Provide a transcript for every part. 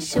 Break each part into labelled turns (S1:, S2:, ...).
S1: 食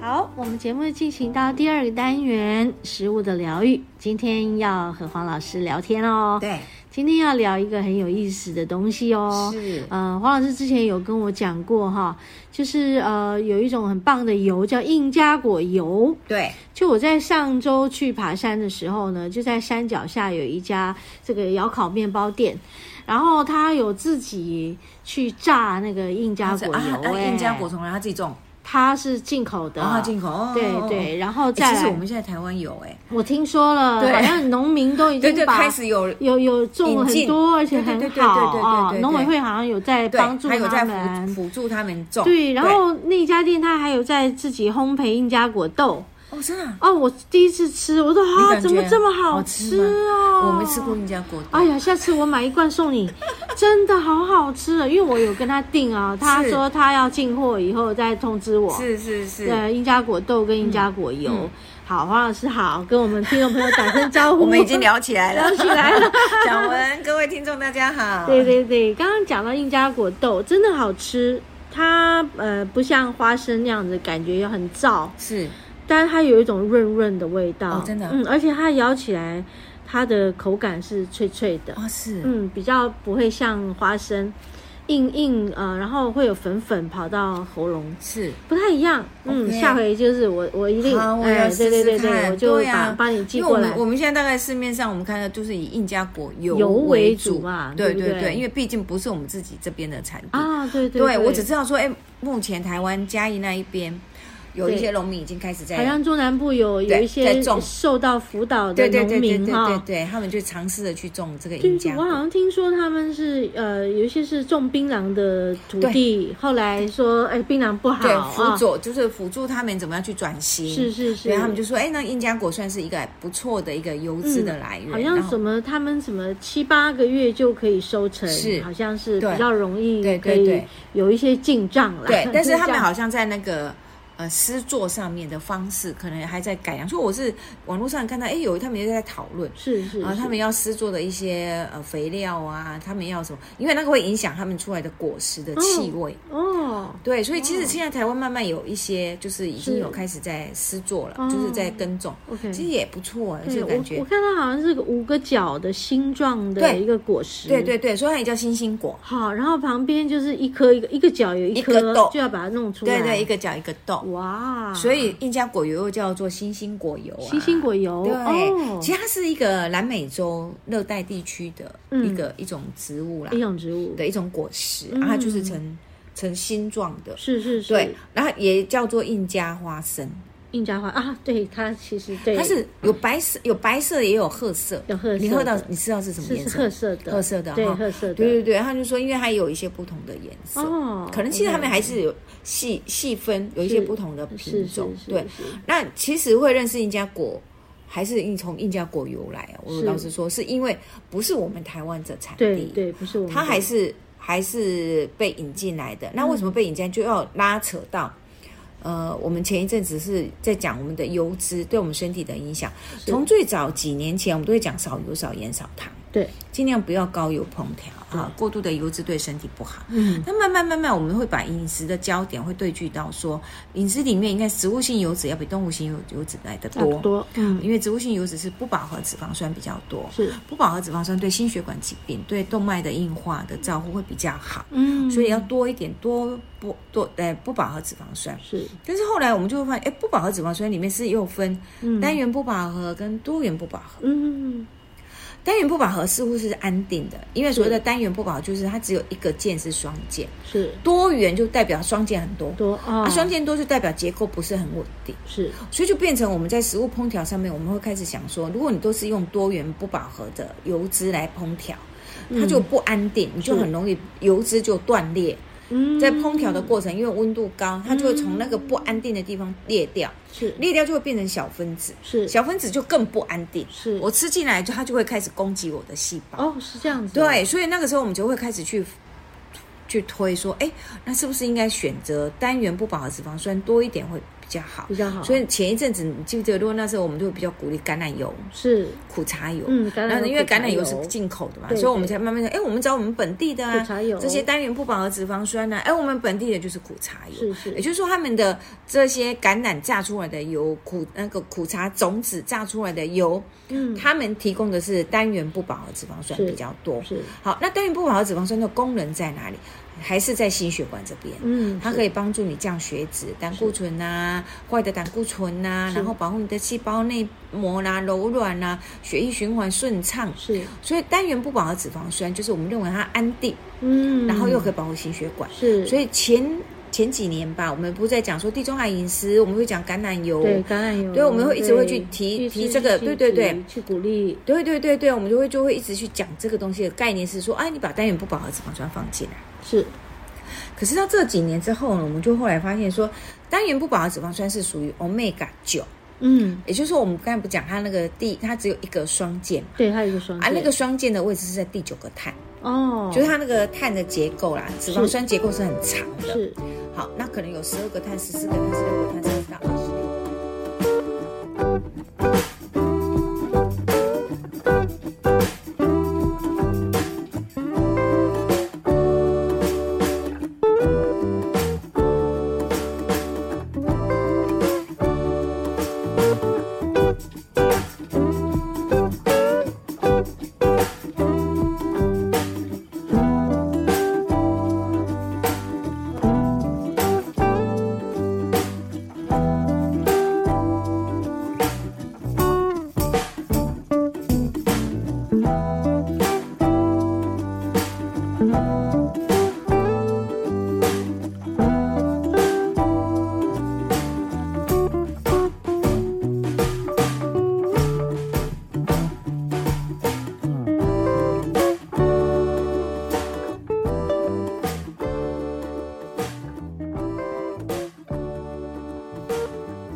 S1: 好，我们节目进行到第二个单元——食物的疗愈。今天要和黄老师聊天哦。
S2: 对，
S1: 今天要聊一个很有意思的东西哦。
S2: 是
S1: 呃，黄老师之前有跟我讲过哈，就是呃有一种很棒的油叫印加果油。
S2: 对，
S1: 就我在上周去爬山的时候呢，就在山脚下有一家这个窑烤面包店，然后他有自己去炸那个印加果油、
S2: 啊啊
S1: 哎
S2: 印加果从来他自己种，
S1: 它是进口的，
S2: 然后进口，哦
S1: 对
S2: 哦
S1: 对，然后
S2: 哦
S1: 再
S2: 其实
S1: 来
S2: 我们现在台湾有哎，
S1: 我听说了，
S2: 对
S1: 好像农民都已
S2: 对
S1: 经
S2: 对，
S1: 把
S2: 开始有
S1: 有有种了
S2: 引
S1: 很
S2: 进
S1: 多，而且
S2: 对对
S1: 很
S2: 对对
S1: 好
S2: 对对对
S1: 啊
S2: 对。对
S1: 农委会好像有在
S2: 对，
S1: 帮助
S2: 还有在
S1: 他
S2: 辅
S1: 们。
S2: 辅助他们种，
S1: 对，然后那家店它还有在自己烘焙印加果豆
S2: 哦，真的啊，
S1: 哦，我第一次吃，我都
S2: 你
S1: 啊，
S2: 感
S1: 怎么
S2: 觉
S1: 这么好
S2: 好吃吗
S1: 哦？
S2: 我没吃过印加果，
S1: 哎呀，下次我买一罐 送你，真的好好吃啊！因为我有跟他订啊，他
S2: 是
S1: 说他要进货以后再通知我。呃
S2: 是是是，
S1: 对，印加果豆跟印加果油。
S2: 嗯
S1: 好，黄老师好，跟我们听众朋友打声招呼。
S2: 我们已经聊起来
S1: 聊
S2: 了，
S1: 起来 了。
S2: 蒋文，各位听众大家好，
S1: 对对对，刚刚讲到印加果豆真的好吃，它呃不像花生那样子感觉很燥，
S2: 是，
S1: 但是它有一种润润的味道，
S2: 哦真的啊
S1: 嗯，而且它咬起来，它的口感是脆脆的，
S2: 哦是，
S1: 嗯，比较不会像花生硬硬呃，然后会有粉粉跑到喉咙。
S2: 是。
S1: 不太一样，嗯
S2: OK
S1: 下回就是我我一定，
S2: 好，我要试
S1: 对对对
S2: 试
S1: 对，
S2: 看。
S1: 我就
S2: 对
S1: 把、
S2: 啊
S1: 帮你寄
S2: 因为我
S1: 过
S2: 们
S1: 来
S2: 我。们现在大概市面上我们看到就是以印加果油
S1: 油为
S2: 为
S1: 主嘛
S2: 对
S1: 对不对
S2: 对，因为毕竟不是我们自己这边的产地。
S1: 啊，对对
S2: 对我只知道说，哎，目前台湾嘉义那一边有一些农民已经开始在
S1: 好像中南部有有
S2: 对在
S1: 一些
S2: 种
S1: 受到辅导的
S2: 对对
S1: 农
S2: 对对对
S1: 民
S2: 对
S1: 哈。
S2: 对，他们就尝试的去种这个
S1: 对
S2: 印，加
S1: 我好
S2: 果。
S1: 像听说他们是呃，有一些是种槟榔的土地，后来说哎，槟榔不好
S2: 对，
S1: 啊
S2: 辅佐就是辅助他们怎么样去转型，
S1: 是是是，嗯
S2: 对，他们就说，哎，那印加果算是一个不错的一个油脂的来源，
S1: 好
S2: 然
S1: 像
S2: 后
S1: 什么他们什么七八个月就可以收成，
S2: 是
S1: 好像是
S2: 对
S1: 比较容易
S2: 对
S1: 可
S2: 对
S1: 以
S2: 对
S1: 有一些进账啦。
S2: 对，但是他们
S1: 这样
S2: 好像在那个呃诗作上面的方式，可能还在改良。所以我是网络上看到，哎，有他们也在讨论，
S1: 是是
S2: 然啊后他们要诗作的一些呃肥料啊，他们要什么，因为那个会影响他们出来的果实的气味。
S1: 是哦，
S2: 对，所以其实现在台湾慢慢有一些，就是已经有开始在诗作了，
S1: 哦
S2: 就是在耕种，
S1: OK
S2: 其实也不错、欸，
S1: 对
S2: 就感
S1: 我
S2: 觉
S1: 我，看它好像是个五个角的星状的
S2: 对
S1: 一个果实，
S2: 对对对，所以它也叫星星果，
S1: 好，然后旁边就是一颗一个一个角有一颗，
S2: 一个豆
S1: 就要把它弄出来。
S2: 对对，一个角一个豆，
S1: 哇，
S2: 所以印加果油又叫做星星果油啊，
S1: 啊星星果油
S2: 对，
S1: 哦，
S2: 其实它是一个南美洲热带地区的一个、一种植物啦
S1: 一种植物，
S2: 的一种果实，
S1: 哎嗯
S2: 然后它就是呈呈心状的，
S1: 是是是，
S2: 对，，然后也叫做印加花生，
S1: 印加花啊，对，它其实对，
S2: 它是有白色有白色的也有褐色，
S1: 有褐色的
S2: 你喝到你知道是什么
S1: 是
S2: 颜
S1: 是
S2: 色？
S1: 褐色的，
S2: 褐色的
S1: 对，
S2: 哈
S1: 褐色的，
S2: 对对对，他就说，因为它有一些不同的颜色，
S1: 哦
S2: 可能其实他们
S1: OK
S2: 还是有细细分，有一些
S1: 是
S2: 不同的
S1: 是
S2: 品
S1: 是
S2: 种。
S1: 是，
S2: 对，
S1: 是
S2: 那其实会认识印加果，还是印从印加果由来啊？我
S1: 是
S2: 老实说，是因为不是我们台湾的产
S1: 对
S2: 地，
S1: 对，不是我们的，
S2: 它还是还是被引进来
S1: 嗯
S2: 的。那为什么被引进来，就要拉扯到？呃，我们前一阵子是在讲我们的油脂对我们身体的影响。
S1: 是
S2: 从最早几年前，我们都会讲少油、少盐、少糖，
S1: 对，
S2: 尽量不要高油烹调啊，过度的油脂对身体不好。
S1: 嗯，
S2: 那慢慢慢慢，我们会把饮食的焦点会对聚到说，饮食里面应该植物性油脂要比动物性油油脂来的
S1: 差不
S2: 多，
S1: 多，嗯，
S2: 因为植物性油脂是不饱和脂肪酸比较多，
S1: 是，
S2: 不饱和脂肪酸对心血管疾病、对动脉的硬化的照顾会比较好，
S1: 嗯，
S2: 所以要多一点多不多呃不饱和脂肪酸。
S1: 嗯是，
S2: 但是后来我们就会发现，哎，不饱和脂肪酸里面是又分
S1: 嗯
S2: 单元不饱和跟多元不饱和。
S1: 嗯，
S2: 单元不饱和似乎是安定的，因为所谓的单元不饱和就是它只有一个键是双键，
S1: 是
S2: 多元就代表双键很多，
S1: 多
S2: 啊，
S1: 啊，
S2: 双键多就代表结构不是很稳定，
S1: 是
S2: 所以就变成我们在食物烹调上面，我们会开始想说，如果你都是用多元不饱和的油脂来烹调，它就不安定，你就很容易油脂就断裂，
S1: 嗯
S2: 在烹调的过程，因为温度高，它就会从那个不安定的地方裂掉，
S1: 是
S2: 裂掉就会变成小分子，
S1: 是
S2: 小分子就更不安定。
S1: 是
S2: 我吃进来就它就会开始攻击我的细胞。
S1: 哦是这样子，
S2: 对，，所以那个时候我们就会开始去去推说，哎，那是不是应该选择单元不饱和脂肪酸多一点会比较好？
S1: 比较好
S2: 所以前一阵子你记不记得，如果那时候我们就比较鼓励橄榄油、
S1: 是
S2: 苦茶油。
S1: 嗯，橄
S2: 然
S1: 榄
S2: 后
S1: 油
S2: 因为
S1: 苦茶
S2: 橄榄油是进口的嘛，
S1: 对
S2: 所以我们
S1: 对
S2: 才慢慢的，哎，我们找我们本地的啊
S1: 苦茶油，
S2: 这些单元不饱和脂肪酸呢、啊，哎，我们本地的就是苦茶油，
S1: 是是
S2: 也就是说他们的这些橄榄榨出来的油，苦那个苦茶种子榨出来的油，
S1: 嗯
S2: 他们提供的是单元不饱和脂肪酸
S1: 是
S2: 比较多，
S1: 是
S2: 好，那单元不饱和脂肪酸的功能在哪里？还是在心血管这边。
S1: 嗯，
S2: 它
S1: 是
S2: 可以帮助你降血脂、胆固醇呐、坏的胆固醇呐、
S1: 是
S2: 然后保护你的细胞内膜啦、柔软呐、血液循环顺畅。
S1: 是
S2: 所以单元不饱和脂肪酸就是我们认为它安定，
S1: 嗯，
S2: 然后又可以保护心血管。
S1: 是，
S2: 所
S1: 以
S2: 以前前几年吧，我们不是在讲说地中海饮食，我们会讲橄榄油，
S1: 对橄榄油，
S2: 对我们会一直会
S1: 对
S2: 去提
S1: 去
S2: 提
S1: 去
S2: 这个
S1: 去
S2: 对对
S1: 提
S2: 对，
S1: 去鼓励，
S2: 对对对对，我们就会就会一直去讲这个东西的概念是说，哎、你把单元不饱和脂肪酸放进来。
S1: 是
S2: 可是到这几年之后呢，我们就后来发现说，单元不饱和脂肪酸是属于 omega 九，
S1: 嗯，
S2: 也就是说我们刚才不讲它那个第，它只有一个双键嘛，
S1: 嗯对，还有一个双
S2: 啊，那
S1: 键
S2: 个双键的位置是在第九个碳，
S1: 哦，
S2: 就是它那个碳的结构啦，脂肪酸结构是很长的。
S1: 是
S2: 好，那可能有十二个碳、十四个碳、十六个碳、三十到二十六。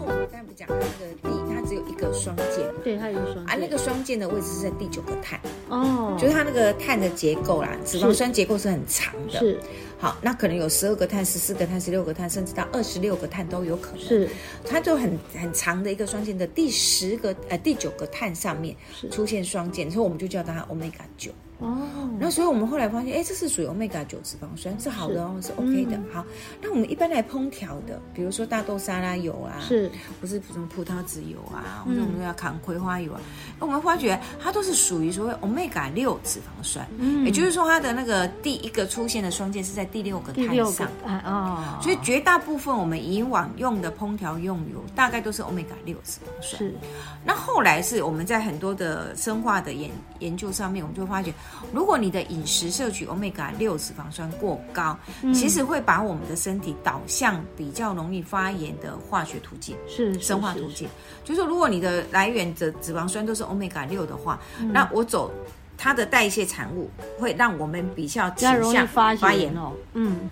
S2: 我们刚才不讲它那个第，它只有一个双键嘛，
S1: 对，还有一个双
S2: 啊，那
S1: 键
S2: 个双键的位置是在第九个碳，
S1: 哦，
S2: 就是它那个碳的结构啦，脂肪酸结构是很长的。
S1: 是
S2: 好，那可能有十二个碳、十四个碳、十六个碳，甚至到二十六个碳都有可能。，
S1: 是
S2: 它就很很长的一个双键的第十个呃第九个碳上面
S1: 是
S2: 出现双键，所以我们就叫它 omega 九。
S1: 哦，
S2: 那所以我们后来发现，哎，这是属于 omega 九脂肪酸，是好的哦，是 OK 的。
S1: 嗯
S2: 好，那我们一般来烹调的，比如说大豆沙拉油啊，
S1: 是
S2: 不是什么葡萄籽油啊，或
S1: 嗯
S2: 者我们要砍葵花油啊，那我们发觉它都是属于所谓 omega 六脂肪酸，
S1: 嗯
S2: 也就是说它的那个第一个出现的双键是在第六个
S1: 第
S2: 碳
S1: 六个
S2: 上。
S1: 啊哦，
S2: 所以绝大部分我们以往用的烹调用油，大概都是 omega 六脂肪酸。
S1: 是
S2: 那后来是我们在很多的生化的研研究上面，我们就会发觉，如果你的饮食摄取 omega 六脂肪酸过高，
S1: 嗯
S2: 其实会把我们的身体导向比较容易发炎的化学途径。
S1: 是
S2: 生化途，径，就是说如果你的来源的脂肪酸都是 omega 六的话，
S1: 嗯
S2: 那我走它的代谢产物会让我们比较
S1: 比
S2: 倾
S1: 较容易
S2: 向
S1: 发
S2: 发
S1: 炎
S2: 炎。
S1: 哦，嗯，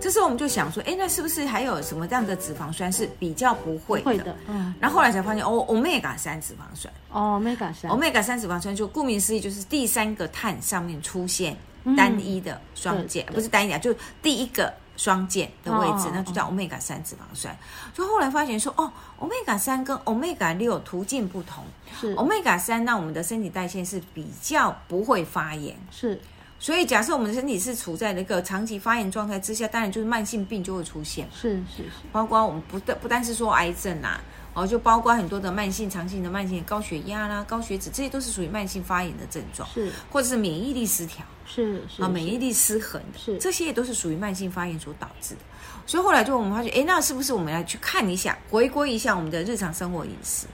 S2: 这时候我们就想说，哎，那是不是还有什么样的脂肪酸是比较不会的？
S1: 会的，嗯，
S2: 然后后来才发现，哦，omega 三脂肪酸
S1: 哦，omega 三
S2: ，omega 三脂肪酸就顾名思义就是第三个碳上面出现单一的双键，
S1: 嗯对对
S2: 不是单一啊，就第一个双键的位置，
S1: 哦
S2: 那就叫 omega 三脂肪酸。所以后来发现说，哦，omega 三跟 omega 六途径不同
S1: 是
S2: ，omega 三让我们的身体代谢是比较不会发炎，
S1: 是
S2: 所以假设我们的身体是处在那个长期发炎状态之下，当然就是慢性病就会出现。
S1: 是是是，
S2: 包括我们不但不单是说癌症啦、哦，就包括很多的慢性、长期的慢性高血压啦、高血脂，这些都是属于慢性发炎的症状，
S1: 是
S2: 或者是免疫力失调
S1: 是是
S2: 啊，免疫力失衡的，
S1: 是
S2: 这些也都是属于慢性发炎所导致的。所以后来就我们发觉，诶，那是不是我们来去看一下，回归一下我们的日常生活饮食，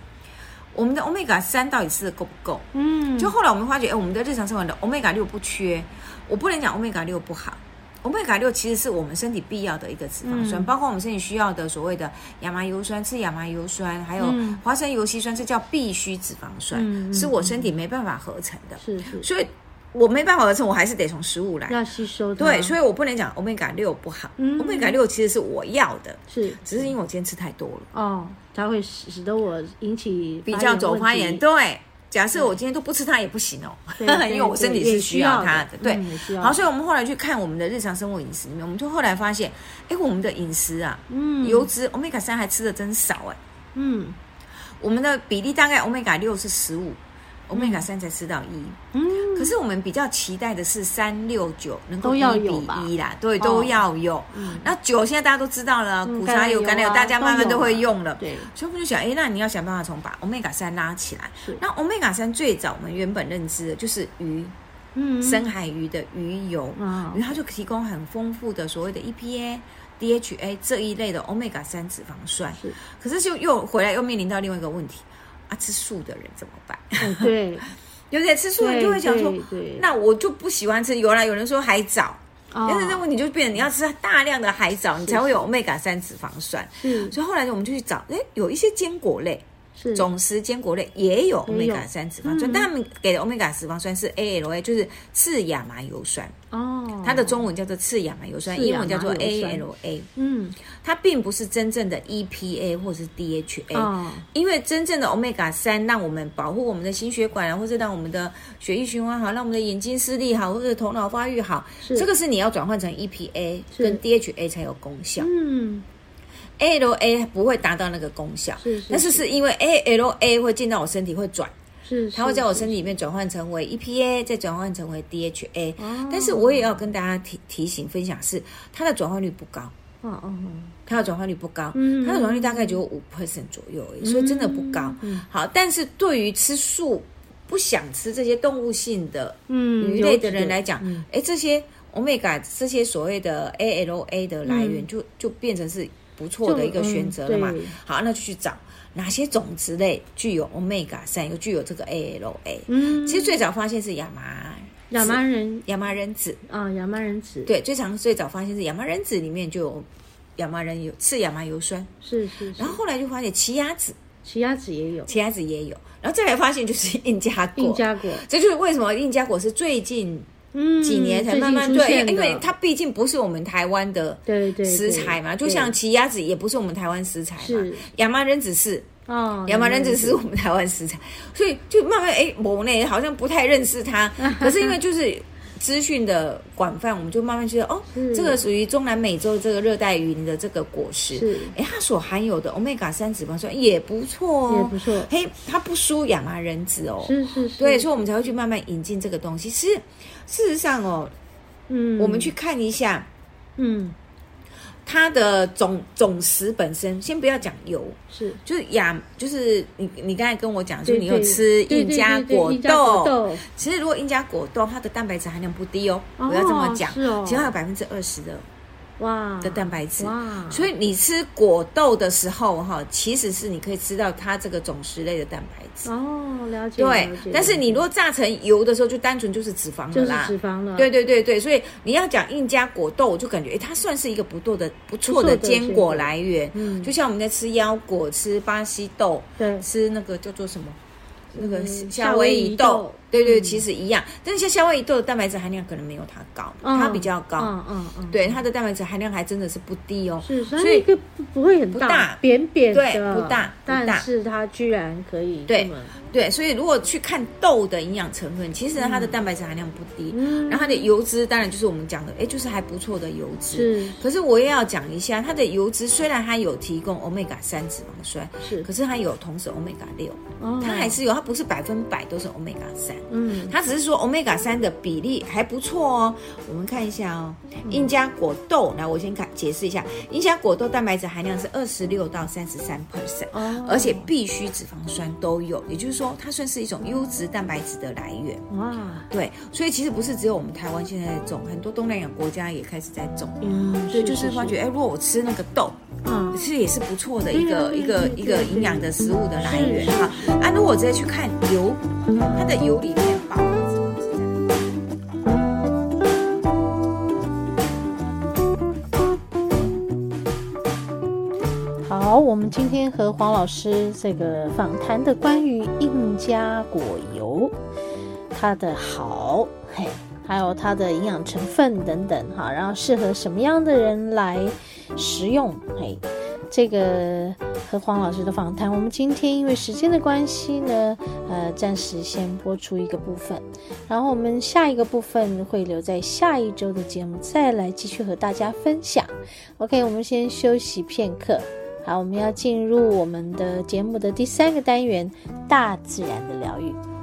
S2: 我们的 omega 三到底吃的够不够？
S1: 嗯，
S2: 就后来我们发觉，哎、我们的日常生活的 omega 六不缺，我不能讲 omega 六不好。omega 六其实是我们身体必要的一个脂肪酸，
S1: 嗯
S2: 包括我们身体需要的所谓的亚麻油酸，吃亚麻油酸，还有
S1: 嗯
S2: 花生油烯酸，这叫必需脂肪酸，
S1: 嗯嗯
S2: 是我身体没办法合成的。
S1: 是是
S2: 所以我没办法完成，我还是得从食物来。
S1: 要吸收它。
S2: 对，所以我不能讲欧米伽六不好，
S1: 嗯
S2: 欧米伽六其实是我要的，
S1: 是
S2: 只是因为我今天吃太多了，
S1: 哦，才会使使得我引起
S2: 比较走发
S1: 发
S2: 炎。
S1: 炎
S2: 对，假设我今天都不吃它也不行哦，
S1: 问题，对
S2: 因为我身体是需要它的。嗯
S1: 嗯
S2: 对，，好，
S1: 好，
S2: 所以我们后来去看我们的日常生活饮食里面，我们就后来发现，哎，我们的饮食啊，
S1: 嗯，
S2: 油脂欧米伽三还吃的真少哎，
S1: 嗯
S2: 我们的比例大概欧米伽六是十五，欧米伽三才吃到一、
S1: 嗯，
S2: 可是我们比较期待的是三六九能够
S1: 都
S2: 一
S1: 要有
S2: 比
S1: 吧
S2: 一啦，对，都要有。
S1: 嗯
S2: 那酒现在大家都知道了，
S1: 嗯
S2: 苦茶油、橄
S1: 橄榄
S2: 榄
S1: 油
S2: 油，
S1: 啊
S2: 大家慢慢
S1: 都有
S2: 都会
S1: 嘛
S2: 用了。
S1: 对，
S2: 所以我们就想，哎，那你要想办法从把欧米伽三拉起来
S1: 是。
S2: 那欧米伽三最早我们原本认知的就是鱼，
S1: 嗯
S2: 深海鱼的鱼油，
S1: 啊
S2: 鱼，它就提供很丰富的所谓的 E EPA、DHA 这一类的欧米伽三脂肪酸。
S1: 是，
S2: 可是就又回来又面临到另外一个问题啊，吃素的人怎么办？
S1: 哎对，
S2: 对不对？吃素人就会想说
S1: 对，对，
S2: 那我就不喜欢吃油啦。有人说海藻，
S1: 哦
S2: 但是这问题就变成你要吃大量的海藻，你才会有欧米伽三脂肪酸。
S1: 是
S2: 所以后来我们就去找，哎，有一些坚果类，
S1: 是
S2: 种食坚果类也有欧
S1: 也
S2: 米
S1: 有
S2: 伽三脂肪酸，
S1: 嗯
S2: 但他们给的欧米伽脂肪酸是 ALA，就是次亚麻油酸，
S1: 哦，
S2: 它的中文叫做次亚麻油酸，
S1: 次亚
S2: 英
S1: 麻
S2: 文叫做
S1: 油酸
S2: ALA，
S1: 嗯
S2: 它并不是真正的 EPA 或者是 DHA，、
S1: 哦
S2: 因为真正的 omega 三，让我们保护我们的心血管啊，或者让我们的血液循环好，让我们的眼睛视力好，或者头脑发育好，
S1: 是
S2: 这个是你要转换成 EPA
S1: 是
S2: 跟 DHA 才有功效、
S1: 嗯
S2: a l a 不会达到那个功效。
S1: 是是
S2: 但是是因为哎 ALA 会进到我身体会转，
S1: 是，
S2: 它会在我身
S1: 体，
S2: 体里面转换成为 EPA，再转换成为 DHA。
S1: 哦
S2: 但是我也要跟大家提提醒分享是，它的转换率不高。
S1: 哦哦哦
S2: 它的转换率不高，
S1: 嗯
S2: 它的转换率大概只有五 percent 左右而已，所以真的不高。
S1: 嗯
S2: 好，但是对于吃素不想吃这些动物性的
S1: 嗯，
S2: 鱼
S1: 有
S2: 类
S1: 几
S2: 的人
S1: 个
S2: 来讲，哎、
S1: 嗯
S2: 这些 omega 这些所谓的 ALA 的来源
S1: 嗯
S2: 就、就变成是不错的一个选择了嘛。
S1: 就嗯对
S2: 好，那就去找哪些种子类具有 omega 三，又具有这个 ALA。
S1: 嗯，
S2: 其实最早发现是亚麻
S1: 亚麻仁
S2: 亚麻仁籽，
S1: 啊，亚麻仁籽，，
S2: 对，最常最早发现是亚麻仁籽里面就有亚麻仁油次亚麻油酸。
S1: 是是是
S2: 然，后后来就发现奇亚籽，
S1: 奇亚籽也有，
S2: 奇亚籽也有，然后再来发现就是 印加果，
S1: 印加果，
S2: 这就是为什么印加果是最近
S1: 嗯，
S2: 几年才
S1: 最近
S2: 慢慢、
S1: 出
S2: 对，
S1: 现
S2: 因为
S1: 的
S2: 它毕竟不是我们台湾的
S1: 对对
S2: 食材嘛，就像奇亚籽也不是我们台湾食材嘛
S1: 是，
S2: 亚麻仁籽是
S1: 哦，
S2: 亚麻仁籽是我们台湾食材，所以就慢慢哎，我呢好像不太认识 它，可是因为就是。资讯的广泛，我们就慢慢觉得哦
S1: 是，
S2: 这个属于中南美洲这个热带云的这个果实，
S1: 是
S2: 哎，它所含有的 omega 三脂肪酸也不错哦，
S1: 也不错
S2: 嘿，它不输亚麻仁籽哦。
S1: 是是是，
S2: 对，所以我们才会去慢慢引进这个东西。其实，事实上哦，
S1: 嗯，
S2: 我们去看一下
S1: 嗯
S2: 它的种种食本身，先不要讲油，
S1: 是。
S2: 就是亚，就是你你刚才跟我讲说
S1: 对
S2: 你有
S1: 对
S2: 吃
S1: 对
S2: 印
S1: 对
S2: 加
S1: 对对
S2: 果
S1: 印加
S2: 冻，
S1: 果豆，
S2: 其实如果印加果冻，它的蛋白质含量不低哦，
S1: 哦
S2: 不要这么讲，
S1: 是哦
S2: 其实它有百分之二十的
S1: 哇
S2: 的蛋白质。
S1: 哇，
S2: 所以你吃果豆的时候，哈，其实是你可以吃到它这个种食类的蛋白质，
S1: 哦，了解，
S2: 对
S1: 了解。
S2: 但是你如
S1: 了
S2: 果炸成油的时候，就单纯就是脂肪
S1: 解
S2: 了
S1: 就是
S2: 啦。
S1: 脂肪了，
S2: 对对对对，所以你要讲印加果豆，我就感觉诶，它算是一个不错的、不错的
S1: 不错的
S2: 坚
S1: 坚
S2: 果
S1: 果
S2: 来源。
S1: 嗯
S2: 就像我们在吃腰果、吃巴西豆、
S1: 对
S2: 吃那个叫做什么，那个
S1: 嗯
S2: 夏威夷豆，
S1: 夏威夷豆
S2: 对对，
S1: 嗯
S2: 其实一样。但是像夏威夷豆的蛋白质含量可能没有它高，
S1: 嗯
S2: 它比较高，
S1: 嗯嗯嗯，
S2: 对它的蛋白质含量还真的是不低哦。
S1: 是，所
S2: 所
S1: 以
S2: 以
S1: 那个不不会很
S2: 不大
S1: 扁扁的，
S2: 对不大不
S1: 但
S2: 大
S1: 是它居然可以
S2: 对
S1: 这么
S2: 对，所以如果去看豆的营养成分，其实呢它的蛋白质含量不低，
S1: 嗯
S2: 然后它的油脂当然就是我们讲的，哎，就是还不错的油脂。
S1: 是
S2: 可是我也要讲一下，它的油脂虽然它有提供 omega 三脂肪酸，
S1: 是，
S2: 可是它有同时 omega 六，
S1: 哦
S2: 它还是有，它不是百分百都是 omega 三，
S1: 嗯
S2: 它只是说 omega 三的比例还不错哦。我们看一下哦，印加果豆，来我先看解释一下，印加果豆蛋白质含量是二十六到三十三 percent。
S1: 哦，
S2: 而且必须脂肪酸都有，也就是说，它算是一种优质蛋白质的来源。
S1: 哇，
S2: 对，所以其实不是只有我们台湾现在在种，很多东南亚国家也开始在种。
S1: 嗯，
S2: 所以就是发觉，哎、啊如果我吃那个豆，
S1: 嗯
S2: 其实也是不错的一个
S1: 对啊对啊
S2: 一个
S1: 对
S2: 一个
S1: 对
S2: 营养的食物的来源
S1: 是
S2: 哈。啊，如果我直接去看油，它的油里面饱和脂肪是在哪里？
S1: 好，我们今天和黄老师这个访谈的关于印加果油，它的好，嘿，还有它的营养成分等等哈，然后适合什么样的人来食用，嘿，这个和黄老师的访谈，我们今天因为时间的关系呢，呃，暂时先播出一个部分，然后我们下一个部分会留在下一周的节目再来继续和大家分享。OK，我们先休息片刻。好，我们要进入我们的节目的第三个单元——大自然的疗愈。